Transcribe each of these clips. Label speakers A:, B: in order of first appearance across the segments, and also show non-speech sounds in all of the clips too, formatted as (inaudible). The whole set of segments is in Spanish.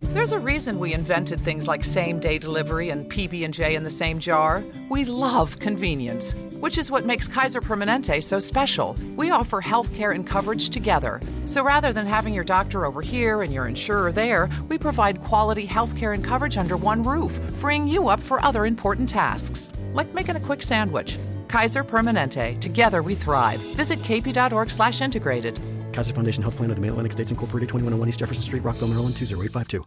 A: There's a reason we invented things like same-day delivery and PB&J in the same jar. We love convenience, which is what makes Kaiser Permanente so special. We offer health care and coverage together. So rather than having your doctor over here and your insurer there, we provide quality health care and coverage under one roof, freeing you up for other important tasks, like making a quick sandwich. Kaiser Permanente. Together we thrive. Visit kp.org slash integrated.
B: Kaiser Foundation Health Plan of the Mid-Atlantic States Incorporated, 2101 East Jefferson Street, Rockville, Maryland, 20852.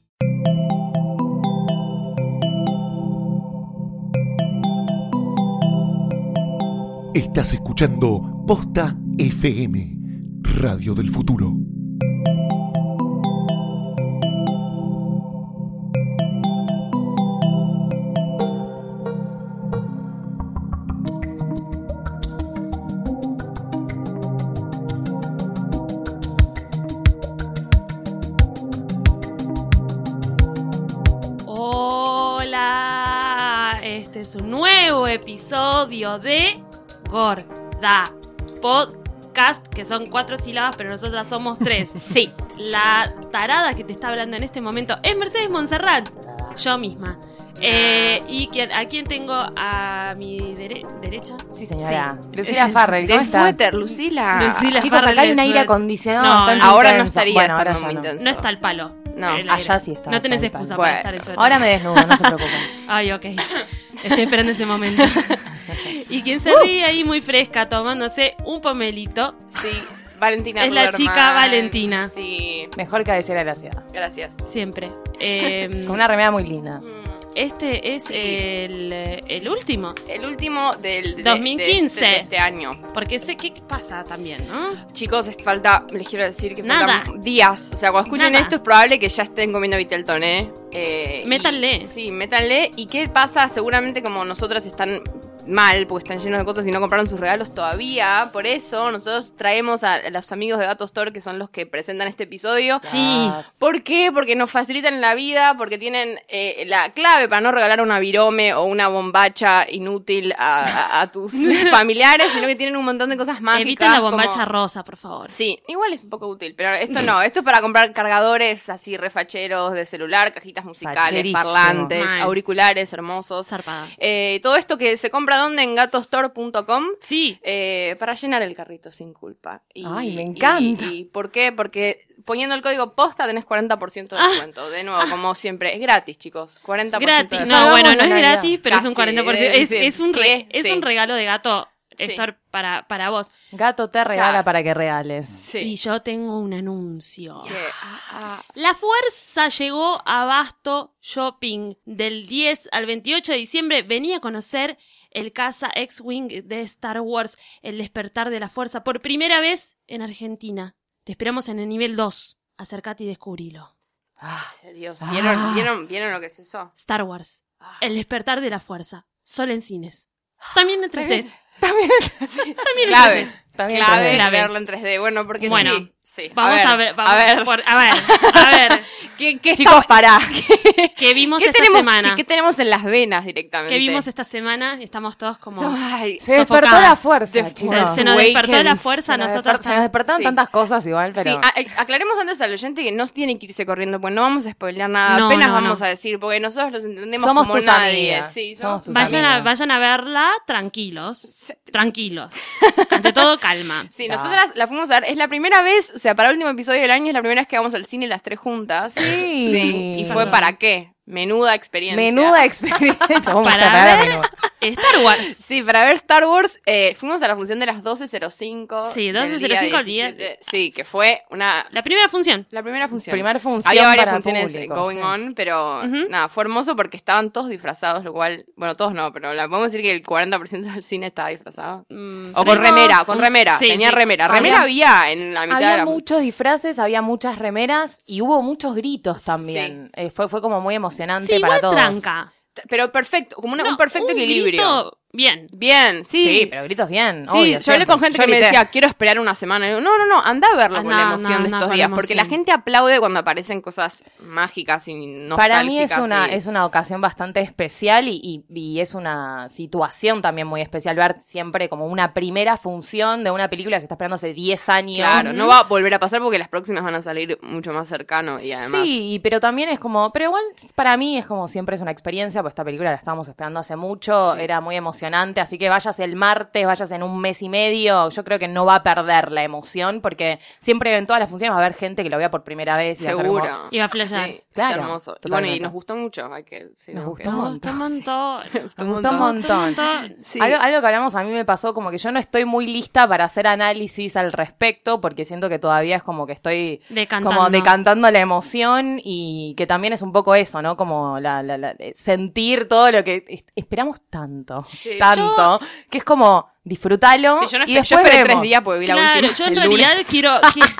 C: Estás escuchando Posta FM, Radio del Futuro.
D: Hola, este es un nuevo episodio de Gorda Podcast, que son cuatro sílabas, pero nosotras somos
E: (laughs)
D: tres.
F: Sí.
D: La tarada que te está hablando en este momento es Mercedes Montserrat, yo misma. Eh, y quien, a quien tengo a mi dere- derecha.
F: Sí, señora.
E: Lucila Farrell, ¿cómo
F: De
E: estás?
F: suéter, Lucila.
D: Lucila
E: Chicos,
D: Farrell
E: acá hay
D: de
E: un aire
D: suéter.
E: acondicionado
D: No,
E: bastante
F: Ahora no
E: intenso.
F: estaría
E: Bueno,
F: estando
E: ahora ya
F: muy
E: no.
F: intenso.
D: No está el palo.
F: No,
D: El
E: allá
D: aire.
E: sí está
D: No tenés
E: el palo.
D: excusa para
F: Bueno,
D: estar en suéter.
E: Ahora me desnudo, no se preocupen.
D: Ay, ok. Estoy esperando ese
F: (laughs)
D: momento. Y quien
F: Uh.
D: se ríe ahí muy fresca tomándose un pomelito.
F: Sí, Valentina.
D: Es la
F: Ruderman.
D: chica Valentina.
F: Sí,
E: Mejor cabellera de la ciudad.
F: gracias.
D: Siempre. Eh,
F: (laughs)
E: Con una remera muy linda.
D: este es el, el último.
F: El último del de-
D: 2015.
F: de este- de este año.
D: Porque sé qué pasa también, ¿no?
F: Chicos, es- falta, les quiero decir que faltan
D: Nada.
F: días. O sea, cuando escuchen
D: Nada.
F: esto es probable que ya estén comiendo Vitelton, ¿eh? eh y-
D: Métanle.
F: sí, métanle. ¿Y qué pasa? Seguramente como nosotras están mal, porque están llenos de cosas y no compraron sus regalos todavía. Por eso nosotros traemos a los amigos de Gato Store, que son los que presentan este episodio.
D: Sí.
F: ¿Por qué? Porque nos facilitan la vida, porque tienen eh, la clave para no regalar una virome o una bombacha inútil a, a-
D: (laughs)
F: a tus familiares, sino que tienen un montón de cosas mágicas.
D: Eviten la bombacha
F: como-
D: rosa, por favor.
F: Sí, igual es un poco útil, pero esto no, esto es para comprar cargadores así refacheros de celular, cajitas musicales,
E: Facherísimo.
F: parlantes,
D: Mal.
F: auriculares hermosos.
D: Zarpada.
F: Eh, todo esto que se compra donde en gatostore.com
D: Sí.
F: eh, para llenar el carrito sin culpa. Y-
E: Ay, me
F: y-
E: encanta.
F: Y, ¿Por qué? Porque poniendo el código posta tenés 40%
D: (laughs)
F: de descuento. de nuevo, como siempre, es gratis, chicos. 40% de
D: Gratis. No,
E: Salvamos
F: descuento.
D: bueno, no es
E: la Navidad.
D: gratis, pero es un
F: Casi,
D: 40%.
F: eh,
D: Es,
F: sí.
D: es un, re-
F: ¿Qué?
D: es
F: Sí.
D: un regalo de gato
F: Sí.
D: Store para, para vos.
E: Gato te regala
F: Claro.
E: para que regales.
F: Sí.
D: Y yo tengo un anuncio.
F: Que- ah, ah.
D: La fuerza llegó a Basto Shopping. Del 10 al 28 de diciembre venía a conocer el Casa X-Wing de Star Wars, el despertar de la fuerza, por primera vez en Argentina. Te esperamos en el nivel 2. Acércate y descubrilo.
E: Ah,
F: Ay, Dios,
E: Ah.
F: ¿vieron, vieron, ¿vieron lo que es eso?
D: Star Wars,
F: Ah.
D: el despertar de la fuerza. Solo en cines. También en 3D.
F: (laughs)
D: (laughs) También en
F: Clave.
D: 3D.
E: también
F: clave,
E: tenés.
D: Clave.
F: verlo en 3D. Bueno, porque
D: Bueno,
F: sí. sí.
D: Vamos a ver, vamos
F: a ver. (laughs)
D: por- a ver, a ver,
F: ¿Qué, qué
E: Chicos,
F: está-
E: pará.
D: ¿Qué vimos
F: qué
D: esta
F: tenemos,
D: semana?
F: sí, ¿Qué tenemos en las venas directamente?
D: ¿Qué vimos este esta semana? Estamos todos como...
F: Ay,
E: Se despertó
D: Sofocadas.
E: la fuerza,
F: Se-
E: chicos.
D: se nos despertó la
F: Awakens.
D: fuerza a
E: Se nos
D: nosotros.
E: desper- Se nos despertaron
F: Sí.
E: tantas cosas igual, pero...
F: Sí, ah, a- a- aclaremos antes al oyente que no tiene que irse corriendo, pues no vamos a spoilear nada,
D: No,
F: apenas
D: no,
F: vamos
D: no.
F: a decir, porque nosotros los entendemos
E: Somos
F: como
E: tus
F: nadie.
E: amigas.
F: Sí,
E: Somos tus
D: Vayan a,
E: amigas.
D: vayan a verla tranquilos.
E: (laughs)
D: Tranquilos. Ante todo, calma.
F: Sí,
E: Ah.
F: nosotras la fuimos a ver, es la primera vez, o sea, para el último episodio del año es la primera vez que vamos al cine las tres juntas.
E: Sí.
F: Sí, Y fue
D: Perdón.
F: para qué? Menuda experiencia.
E: Menuda
F: (laughs)
E: experiencia. Vamos a
D: Para
E: estar
D: ver-
E: menuda.
D: Star Wars.
F: Sí, para ver Star Wars eh, fuimos a la función de las 12.05.
D: Sí,
F: del
D: 12:05 al día-
F: 17. Sí, que fue una...
D: La primera función.
F: La primera función.
E: Primera función
F: Había varias
E: para
F: funciones
E: público,
F: eh, going
E: sí.
F: on, pero
D: Ujú.
F: nada, fue hermoso porque estaban todos disfrazados, lo cual, bueno, todos no, pero la, podemos decir que el 40% del cine estaba disfrazado. O con remera, con remera,
D: Mm, Sí,
F: tenía
D: sí.
F: remera.
E: Había-
F: Remera había, en la mitad de
E: Había
F: la
E: muchos disfraces, había muchas remeras y hubo muchos gritos también. Eh, fue, fue como muy emocionante
D: Sí,
E: para
D: igual
E: todos.
D: tranca.
F: Pero perfecto, como una-
D: No,
F: un perfecto
D: un
F: equilibrio.
D: grito Bien.
F: Bien, sí.
E: Sí, pero gritos bien.
F: Sí,
E: obvio,
F: yo hablé
E: siempre.
F: con gente
E: Yo
F: que me
E: grité.
F: decía, quiero esperar una semana. Y yo, no, no, no, anda a verlo con la
D: Anda,
F: emoción
D: anda,
F: de
D: anda
F: estos
D: con
F: días,
D: la
F: porque la
D: emoción.
F: gente aplaude cuando aparecen cosas mágicas y nostálgicas.
E: Para mí es una,
F: y-
E: es una ocasión bastante especial y, y- y es una situación también muy especial ver siempre como una primera función de una película que se está esperando hace 10 años.
F: Claro, no va a volver a pasar porque las próximas van a salir mucho más cercano y además...
E: Sí, pero también es como, pero igual para mí es como siempre es una experiencia, pues esta película la estábamos esperando hace mucho, era muy emocionante, así que vayas el martes, vayas en un mes y medio, yo creo que no va a perder la emoción porque siempre en todas las funciones va a haber gente que lo vea por primera vez. y va a ser como-
F: Seguro.
D: Iba a flashear.
E: Claro,
F: claro. hermoso. Y bueno,
E: totalmente.
F: y nos gustó mucho. Hay que, sí,
E: Nos
F: no,
E: gustó
F: que-
E: un
D: Me gustó un
E: (laughs)
D: montón.
E: Me gustó un montón.
F: Sí.
E: Algo, algo que hablamos a mí me pasó como que yo no estoy muy lista para hacer análisis al respecto porque siento que todavía es como que estoy
D: Decantando.
E: como decantando la emoción y que también es un poco eso, ¿no? Como la, la- la- eh, sentir todo lo que es- esperamos tanto, tanto, que es como disfrútalo
F: Sí, yo no
E: y
F: espe-
E: después
F: yo esperé
E: vemos.
F: tres días porque vi la
D: Claro,
F: última.
D: yo en
F: el
D: realidad
F: lunes.
D: quiero,
E: (laughs)
D: qui-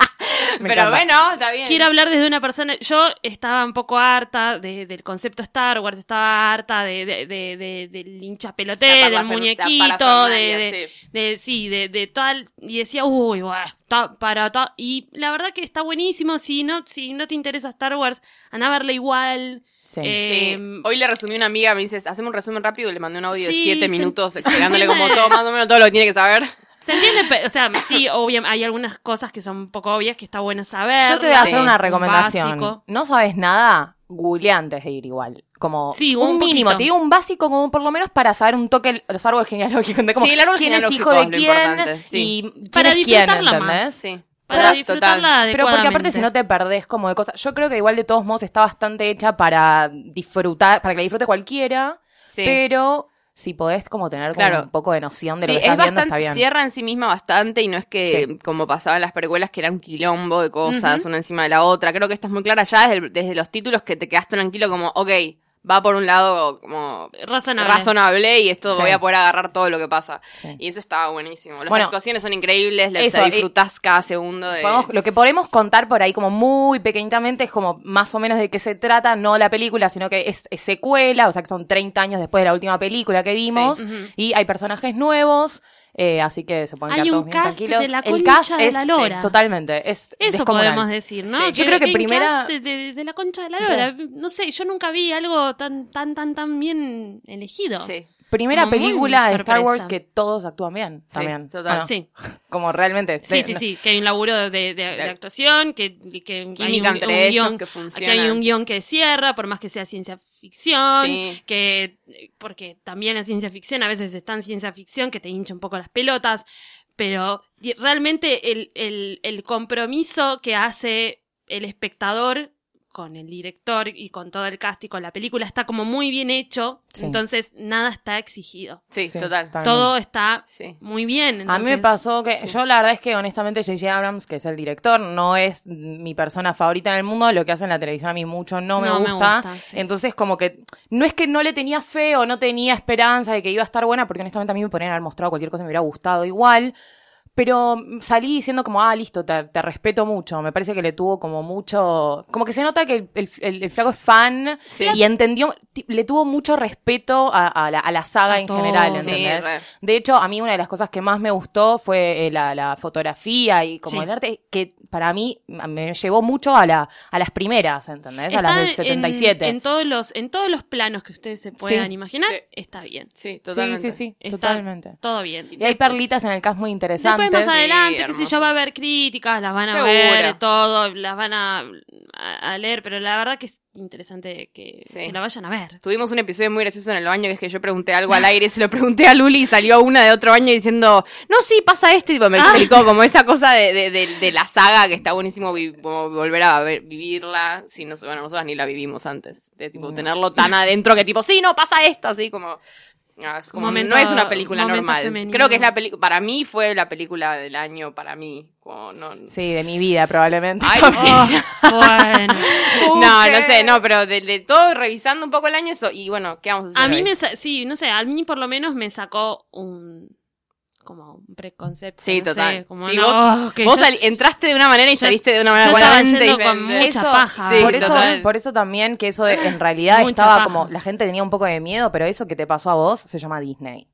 E: Me
F: Pero
E: encanta.
F: bueno, está bien.
D: quiero hablar desde una persona. Yo estaba un poco harta de- del concepto Star Wars, estaba harta de, de- de- de- del hincha
F: La
D: peloté,
F: parla-
D: del
F: la
D: muñequito, de,
F: parafernalia,
D: de- de- sí, de, de tal. Y decía, uy, buah, está para todo. Y la verdad que está buenísimo. Si no, si no te interesa Star Wars, andá a verla igual.
E: Sí.
F: Sí.
D: Em,
F: Hoy le resumí a una amiga, me dices, hacemos un resumen rápido y le mandé un audio
D: Sí,
F: de siete
D: se-
F: minutos explicándole como todo, más o menos todo lo que tiene que saber.
D: ¿Se entiende? Pe- O
F: (coughs)
D: sea, sí, obviamente hay algunas cosas que son un poco obvias que está bueno saber.
E: Yo te voy a hacer
F: Sí,
E: una recomendación.
D: básico.
E: No sabes nada, google antes de ir igual. Como
D: Sí,
E: un,
D: un
E: mínimo,
D: poquito.
E: te digo un básico, como por lo menos para saber un toque los árboles genealógicos. De como
F: Sí, el árbol
E: quién es hijo
F: genealógico
E: de
F: es lo
E: quién
F: importante, sí.
E: y quién
D: Para
E: es quién,
D: disfrutarla más.
E: ¿entendés?
F: Sí.
D: Para
F: Total.
D: disfrutarla
E: Pero porque aparte
D: adecuadamente.
E: si no te perdés como de cosas. Yo creo que igual de todos modos está bastante hecha para disfrutar, para que la disfrute cualquiera.
F: Sí.
E: Pero si podés como tener como
F: Claro.
E: un poco de noción de
F: Sí,
E: lo que
F: es
E: estás viendo,
F: bastante,
E: está bien.
F: cierra en sí misma bastante y no es que
E: Sí.
F: como pasaba en las precuelas que era un quilombo de cosas una encima de la otra. Creo que estás muy clara ya desde, desde los títulos que te quedas tranquilo como, ok, va por un lado como
D: Razonable.
F: razonable y esto
E: Sí.
F: voy a poder agarrar todo lo que pasa.
E: Sí.
F: Y eso estaba buenísimo. Las
E: Bueno,
F: actuaciones son increíbles, las
E: eso,
F: la disfrutás cada segundo de...
E: Podemos- lo que podemos contar por ahí como muy pequeñamente es como más o menos de qué se trata, no la película, sino que es, es secuela, o sea que son 30 años después de la última película que vimos y hay personajes nuevos, eh, así que se pueden
D: Hay
E: quedar
D: un
E: todos bien
D: cast
E: tranquilos.
D: de la
E: El
D: concha
E: cast
D: de
E: es,
D: la
E: sí,
D: lora.
E: totalmente, es
D: Eso
E: descomunal.
D: podemos decir, ¿no?
E: Sí, Yo creo que
D: Game
E: primera
D: Cast De, de- de la concha de la lora. No sé, yo nunca vi algo tan, tan, tan, tan bien elegido.
F: Sí.
E: primera
D: Como muy
E: película de Star
D: sorpresa.
E: Wars que todos actúan bien
F: Sí,
E: también. ¿o
F: total.
E: no?
D: Ah,
E: (laughs)
D: Sí,
E: Como realmente.
D: sí,
E: de-
D: sí,
E: no-
D: sí, que hay un laburo de, de- de actuación, que, que hay un,
F: Química entre ellos
D: guión,
F: que funciona.
D: hay un guión que cierra, por más que sea ciencia ficción,
F: Sí.
D: que eh, porque también la ciencia ficción a veces es tan ciencia ficción que te hincha un poco las pelotas, pero di- realmente el, el, el compromiso que hace el espectador con el director y con todo el cast y con la película está como muy bien hecho,
E: Sí.
D: entonces nada está exigido.
F: Sí,
E: Sí,
F: total.
D: Todo está
F: Sí.
D: muy bien.
E: A mí me
D: entonces-
E: pasó que yo la verdad es que honestamente J.J. Abrams, que es el director, no es mi persona favorita en el mundo, lo que hace en la televisión a mí mucho no me
D: No me
E: gusta.
D: gusta, sí.
E: Entonces como que no es que no le tenía fe o no tenía esperanza de que iba a estar buena, porque honestamente a mí me podrían haber mostrado cualquier cosa, me hubiera gustado igual. Pero salí diciendo como, ah, listo, te, te respeto mucho. Me parece que le tuvo como mucho... Como que se nota que el, el, el- el flaco es fan
F: Sí.
E: y entendió, ti- le tuvo mucho respeto a, a la, a la saga
D: A
E: en
D: todo.
E: general,
F: Sí,
E: ¿entendés?
F: re.
E: De hecho, a mí una de las cosas que más me gustó fue eh, la, la fotografía y como
D: Sí.
E: el arte, que para mí me llevó mucho a, la, a las primeras, ¿entendés? a las del
D: Está
E: 77.
D: En, en todos los, en todos los planos que ustedes se puedan
E: Sí.
D: imaginar,
F: Sí.
D: está bien.
F: Sí,
E: sí, sí,
F: totalmente.
E: sí,
D: Está
E: totalmente.
D: Todo bien.
E: Y hay perlitas en el cast muy interesantes.
D: Después más adelante,
F: Sí,
D: qué sé
F: hermoso.
D: yo, va a haber críticas, las van a
F: Seguro.
D: ver, todo, las van a, a- a leer, pero la verdad que es interesante que,
F: Sí.
D: que la vayan a ver.
F: Tuvimos un episodio muy gracioso en el baño que es que yo pregunté algo al aire, se lo pregunté a Luli y salió una de otro baño diciendo, no, sí, pasa este, tipo,
D: Ah.
F: me explicó como esa cosa de, de, de- de la saga que está buenísimo vi- como volver a ver- vivirla, si no, bueno, nosotras ni la vivimos antes, de tipo tenerlo tan adentro que tipo, sí, no, pasa esto, así como... ah, es como
D: Momento-
F: no es una película
D: momento
F: normal.
D: femenino.
F: Creo que es la película, para mí fue la película del año, para mí. como no-
E: Sí, de mi vida probablemente.
D: (laughs)
F: Ay,
D: Oh,
F: sí.
D: bueno. Oh,
F: No, no sé, no, pero de, de todo, revisando un poco el año, eso, y bueno, ¿qué vamos a hacer?
D: A mí
F: hoy?
D: me, sa- sí, no sé, a mí por lo menos me sacó un, como un preconcepto.
F: Sí,
D: no sé,
F: total.
D: como,
F: Sí,
D: no,
F: vos
D: oh, que
F: vos
D: yo-
F: sali- entraste de una manera y
D: yo-
F: saliste de una
D: yo estaba
F: manera completamente
D: yendo con
F: diferente.
D: mucha paja.
E: (laughs)
F: Sí,
E: por, eso,
F: total.
E: por eso también que eso de- en realidad
D: Mucha
E: estaba
D: paja.
E: como, la gente tenía un poco de miedo, pero eso que te pasó a vos se llama Disney.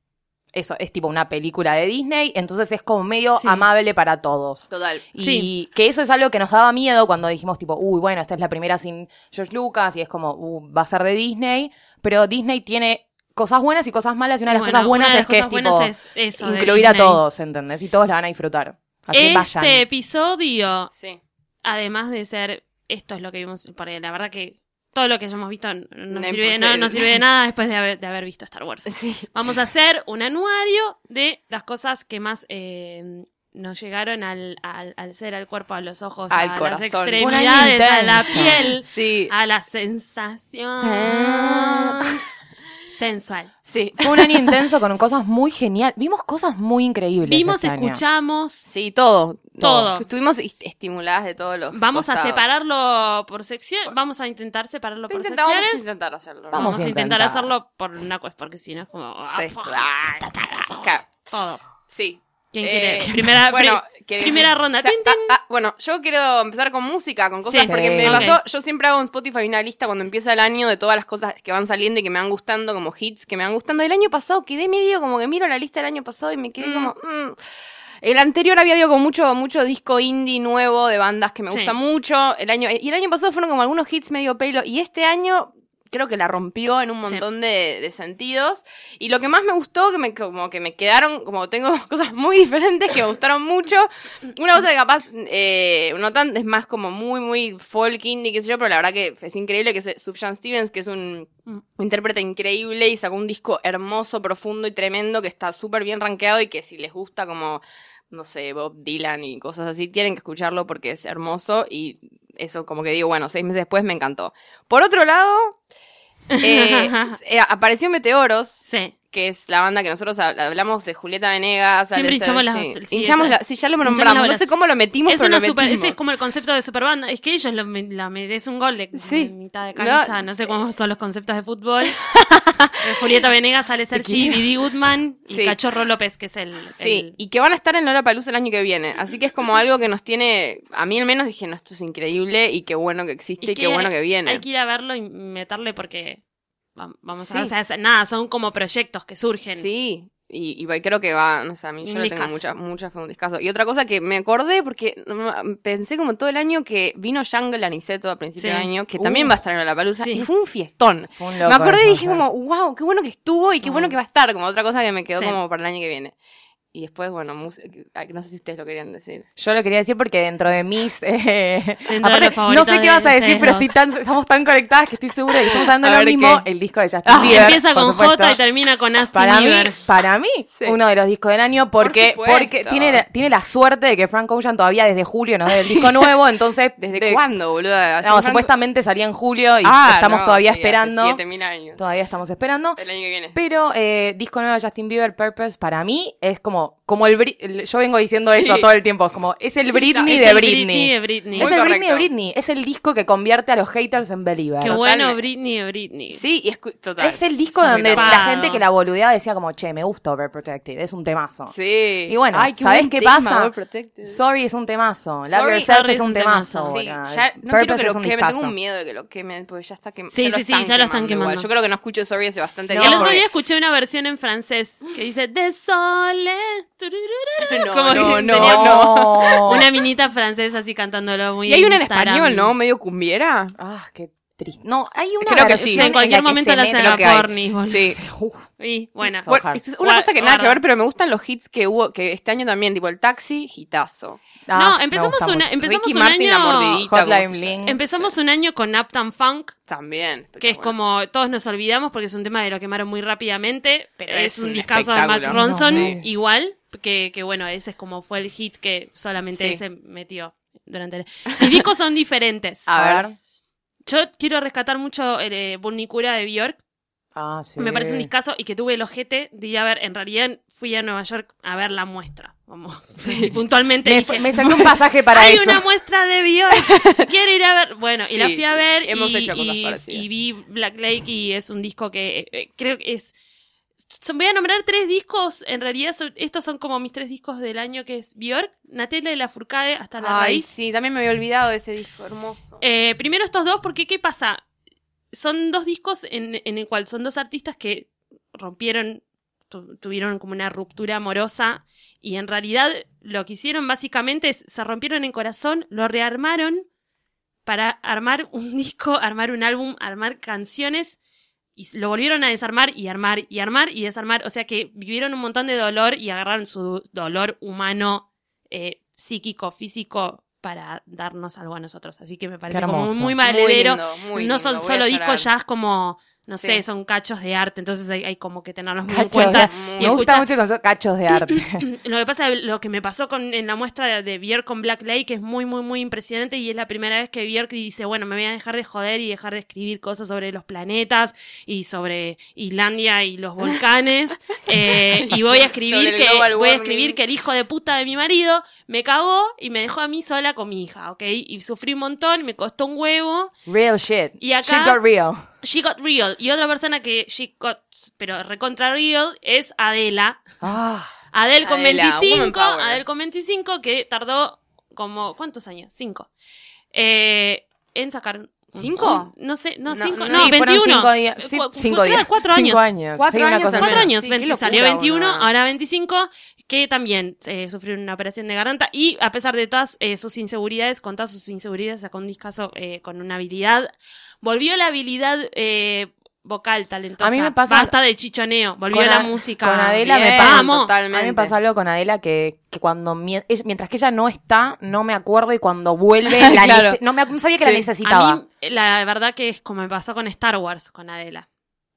E: eso es tipo una película de Disney, entonces es como medio
D: Sí.
E: amable para todos.
F: Total.
E: Y
D: Sí.
E: que eso es algo que nos daba miedo cuando dijimos tipo, uy, bueno, esta es la primera sin George Lucas y es como, uh, va a ser de Disney, pero Disney tiene cosas buenas y cosas malas y una de las
D: Bueno,
E: cosas buenas
D: una de
E: es
D: las
E: que es
D: cosas buenas
E: tipo
D: es eso de
E: incluir a
D: Disney.
E: todos, ¿entendés? Y todos la van a disfrutar. Así que
D: este
E: vayan.
D: episodio,
F: Sí.
D: además de ser, esto es lo que vimos, porque la verdad que todo lo que hayamos visto no, no sirve,
F: No
D: de
F: imposible.
D: nada, no sirve de nada después de haber, de haber visto Star Wars.
F: Sí.
D: (laughs) Vamos a hacer un anuario de las cosas que más eh, nos llegaron al, al, al ser, al cuerpo, a los ojos,
F: Al
D: a
F: corazón.
D: las
F: Fue un año
D: extremidades, a la
E: intenso.
D: piel,
F: Sí.
D: a la
F: (laughs)
D: sensación
E: Ah.
D: sensual.
F: Sí.
E: Fue un año intenso con cosas muy geniales. Vimos cosas muy increíbles.
D: Vimos,
E: este año.
D: escuchamos,
F: Sí, todo.
D: Todo.
F: Estuvimos est- estimuladas de todos los.
D: Vamos a
F: costados.
D: separarlo por sección. Vamos a intentar separarlo por
F: Intentamos
D: secciones.
F: intentar hacerlo. ¿no?
E: Vamos
D: Vamos,
E: a
D: a intentar,
E: intentar.
D: hacerlo por una cuestión, porque si no es como. ah,
F: Sí. Ah, Claro.
D: Todo.
F: Sí.
D: ¿Quién
F: Eh,
D: quiere?
F: (laughs)
D: Primera,
F: bueno,
D: pri-
F: ¿quieren-
D: primera ronda.
F: o sea,
D: Tin, tin.
F: ah, ah, bueno, yo quiero empezar con música, con cosas,
D: Sí.
F: porque me
E: Ok.
F: pasó, yo siempre hago en Spotify una lista cuando empieza el año de todas las cosas que van saliendo y que me van gustando, como hits que me van gustando. El año pasado quedé medio como que miro la lista del año pasado y me quedé como... mm. El anterior había habido como mucho, mucho disco indie nuevo de bandas que me
D: Sí.
F: gustan mucho. El año, y el año pasado fueron como algunos hits medio pelo. Y este año creo que la rompió en un
D: Sí.
F: montón de, de sentidos. Y lo que más me gustó, que me, como que me quedaron, como tengo (laughs) cosas muy diferentes que me gustaron mucho. Una cosa que capaz, eh, no tan, es más como muy, muy folk indie, qué sé yo, pero la verdad que es increíble que es Subjan Stevens, que es un intérprete increíble y sacó un disco hermoso, profundo y tremendo que está súper bien rankeado y que si les gusta como, no sé, Bob Dylan y cosas así, tienen que escucharlo porque es hermoso y eso como que digo, bueno, seis meses después me encantó. Por otro lado,
D: (laughs)
F: eh, eh, apareció Meteoros
D: Sí.
F: que es la banda que nosotros hab- hablamos de Julieta Venegas.
D: Siempre
F: Ale
D: hinchamos
F: Sergi.
D: las- sí,
F: hinchamos
D: esa.
F: la- sí, ya lo
D: Hinchamos
F: nombramos.
D: las
F: No sé cómo lo metimos,
D: Es
F: pero
D: una
F: lo
D: super,
F: metimos.
D: ese es como el concepto de superbanda. Es que ellos lo, me- la, me- es un gol de,
F: Sí.
D: de mitad de cancha. No, sé cómo son los conceptos de
F: (laughs)
D: fútbol. Eh, Julieta Venegas, Ale Sergi, Didi Goodman y
F: Sí.
D: Cachorro López, que es el.
F: Sí,
D: el-
F: y que van a estar en Lola Paluz el año que viene. Así que es como algo que nos tiene, a mí al menos dije, no, esto es increíble y qué bueno que existe y, qué bueno que viene.
D: Hay que ir a verlo y meterle porque. vam- Vamos
F: Sí.
D: a ver. O sea, es- nada, son como proyectos que surgen.
F: Sí, y, y va- creo que va, no sé, a mí yo
D: Un
F: le tengo
D: discazo.
F: mucha, mucha fe a un discazo. Y otra cosa que me acordé, porque mm, pensé como todo el año que vino Jungle Aniceto a principio
D: Sí.
F: de año, que
E: Uh.
F: también va a estar en la palusa,
D: Sí.
F: y fue un fiestón.
E: Fue un
F: me
E: loco Mm.
F: acordé y
E: eso,
F: dije
E: sí.
F: como, wow, qué bueno que estuvo y qué bueno que va a estar, como otra cosa que me quedó
D: Sí.
F: como para el año que viene. Y después, bueno, música- ay, no sé si ustedes lo querían decir.
E: Yo lo quería decir porque dentro de mis. eh,
D: de
E: aparte,
D: los favoritos
E: no sé qué
D: de
E: vas a decir,
D: ustedes
E: pero
D: dos.
E: estoy tan- estamos tan conectadas que estoy segura que estamos hablando
F: A
E: de lo
F: ver
E: mismo.
F: qué.
E: El disco de
F: Ah,
E: Justin
D: Que
E: Bieber.
D: Ah, empieza
E: por
D: con
E: supuesto.
D: J y termina con Aston
E: Para mí,
D: Bieber.
E: para mí
F: Sí.
E: uno de los discos del año porque,
F: Por supuesto.
E: porque tiene, la- tiene la suerte de que Frank Ocean todavía desde julio nos da el
F: (laughs)
E: disco nuevo, entonces
F: ¿Desde
E: de-
F: cuándo, boluda?
E: No, supuestamente salía en julio y
F: Ah,
E: estamos todavía esperando.
F: 7000 años.
E: Todavía estamos esperando.
F: El año que viene.
E: Pero eh, disco nuevo de Justin Bieber, Purpose, para mí es como, como el, Bri- el- Yo vengo diciendo
F: Sí.
E: eso todo el tiempo. Es como, es
F: (laughs)
E: el Britney
F: Es
E: de
D: el
E: Britney.
D: Britney de Britney.
E: Es
F: Muy
E: el
F: correcto.
E: Britney de Britney. Es el disco que convierte a los haters en believers.
D: Qué
F: Totalmente.
D: bueno, Britney de Britney.
F: Sí, y escu- total.
E: Es el disco
F: Sí,
E: donde
F: total.
E: la
D: Zarpado.
E: gente que la boludeaba decía como, che, me gusta Overprotected, es un temazo.
F: Sí.
E: Y bueno,
F: Ay, qué
E: ¿sabés
F: buen
E: qué
F: tema,
E: pasa?
F: Overprotected.
E: Sorry es un temazo. Love
F: Sorry,
E: Yourself
D: Sorry
E: es un temazo.
F: Sí,
E: boluda.
F: ya, no quiero
E: Purpose
F: que
E: es
F: lo
E: un
F: quemen,
E: discazo.
F: tengo un miedo de que lo quemen, porque ya está quem-
D: Sí,
F: ya
D: sí, sí, ya lo están
F: igual.
D: quemando.
F: Yo creo que no escucho Sorry hace bastante
E: No,
F: tiempo.
D: el otro
F: porque-
D: día escuché una versión en francés que dice De sole. tururururu",
F: No,
D: como
F: no,
D: que
F: no,
D: tenía
E: no.
D: Una minita francesa así cantándolo muy
F: Y hay una en
D: Instagram.
F: español, ¿no? Medio cumbiera.
E: Ah, qué triste. No, hay una
F: Creo que
E: versión
F: sí.
D: Sí, en cualquier
E: la que
D: momento
E: se
D: la
E: mete-
D: hacen a
F: creo que hay.
D: Pornis, boludo.
F: Sí.
E: Uf,
D: Y bueno.
E: Son
F: Bueno,
E: Ojalá.
F: esto es una cosa que nada que
D: Guarda.
F: ver, pero me gustan los hits que hubo, que este año también, tipo el taxi, hitazo.
E: ah,
D: no,
E: me
D: empezamos,
E: gusta
D: una,
E: mucho.
D: empezamos
F: Ricky
D: un
F: Martin, la
D: año.
F: mordidita.
E: Hotline
F: ¿cómo se llama?
E: Bling.
D: Empezamos un año con Uptown Funk.
F: También. pero
D: Que es
F: bueno.
D: como todos nos olvidamos porque es un tema de lo quemaron muy rápidamente, pero
F: Es
D: es, un
F: un
D: discazo de Matt
F: espectáculo.
D: Ronson
F: No, sí.
D: igual, que, que bueno, ese es como fue el hit que solamente
F: Sí.
D: se metió durante el... Mis discos son diferentes.
F: A
E: A
F: ver.
E: ver.
D: Yo quiero rescatar mucho el eh, Burnicura de Bjork,
E: Ah, sí.
D: me parece un discazo y que tuve el ojete de ir a ver, en realidad fui a Nueva York a ver la muestra, (laughs) vamos, y puntualmente
E: Me,
D: dije,
E: me saqué un pasaje para
D: hay
E: eso. (laughs)
D: una muestra de
F: (laughs)
D: Bjork. Quiero ir a ver. Bueno, y la
F: Sí,
D: fui a ver.
F: hemos
D: y,
F: hecho cosas
D: y-
F: parecidas.
D: y vi Black Lake y es un disco que eh, eh, creo que es. son- voy a nombrar tres discos. En realidad, son- estos son como mis tres discos del año: que es Bjork, Natalia y la Furcade hasta la
F: Ay,
D: raíz.
F: sí, también me había olvidado de ese disco hermoso.
D: Eh, primero estos dos, porque ¿qué pasa? Son dos discos en, en el cual son dos artistas que rompieron tu- tuvieron como una ruptura amorosa y en realidad lo que hicieron básicamente es se rompieron el corazón, lo rearmaron para armar (laughs) un disco, armar un álbum, armar canciones y s- lo volvieron a desarmar y armar y armar y desarmar. O sea que vivieron un montón de dolor y agarraron su dolor humano, eh, psíquico, físico para darnos algo a nosotros. Así que me parece como
E: hermoso.
D: muy
F: Muy
D: maledero
F: lindo, muy
D: no
F: lindo,
D: son
F: voy a
D: solo
F: llorar.
D: discos, ya es como, no
F: Sí.
D: sé, son cachos de arte, entonces hay, hay como que tenerlos muy en
E: Cachos
D: cuenta.
E: de-
D: Y
E: Me gusta
D: escucha-
E: mucho el concepto de cachos de arte.
D: (laughs) Lo que pasa, lo que me pasó con, en la muestra de Björk con Black Lake, que es muy, muy, muy impresionante y es la primera vez que Björk dice, bueno, me voy a dejar de joder y dejar de escribir cosas sobre los planetas y sobre Islandia y
F: (laughs)
D: los volcanes eh, y voy a
F: Sobre
D: escribir
F: el
D: que
F: global
D: voy a
F: warming.
D: escribir que el hijo de puta de mi marido me cagó y me dejó a mí sola con mi hija, ¿ok? Y sufrí un montón, me costó un huevo.
E: Real shit.
D: Y acá-
E: Shit got real.
D: She Got Real. Y otra persona que She Got, pero recontra Real, es Adela.
E: Ah,
D: Adele con
F: Adela, woman
D: 25.
F: power.
D: Adele con 25, que tardó como. ¿Cuántos años? Cinco. Eh, en sacar. un-
F: ¿Cinco?
D: un- no sé, no,
F: No,
D: cinco.
F: no,
D: No,
E: sí, fueron
D: 21.
E: cinco días.
D: Eh,
E: Sí,
D: cu-
E: cinco
D: cuatro-
E: días.
D: Cuatro años.
E: Cinco años.
F: Cuatro
E: Sí, una
F: años
E: cosa
F: al
D: Cuatro
F: menos.
E: así.
D: años,
F: Sí, qué
D: 20,
F: locura,
D: salió 21,
F: boluda.
D: ahora 25, que también eh, sufrió una operación de garganta y a pesar de todas eh, sus inseguridades, con todas sus inseguridades, sacó un discazo eh, con una habilidad. Volvió la habilidad eh, vocal talentosa.
E: A mí me pasa-
D: Basta de chichoneo, volvió
E: Con
D: la
E: A-
D: música.
E: con Adela
F: Bien,
E: me pasa.
D: Vamos.
F: totalmente.
E: A mí me pasa algo con Adela que, que cuando mi- es- mientras que ella no está, no me acuerdo y cuando (laughs) vuelve, la
F: Claro.
E: nece- no, me, ac- no sabía que
F: Sí.
E: la necesitaba.
D: A mí, eh, la verdad que es como me pasó con Star Wars, con Adela.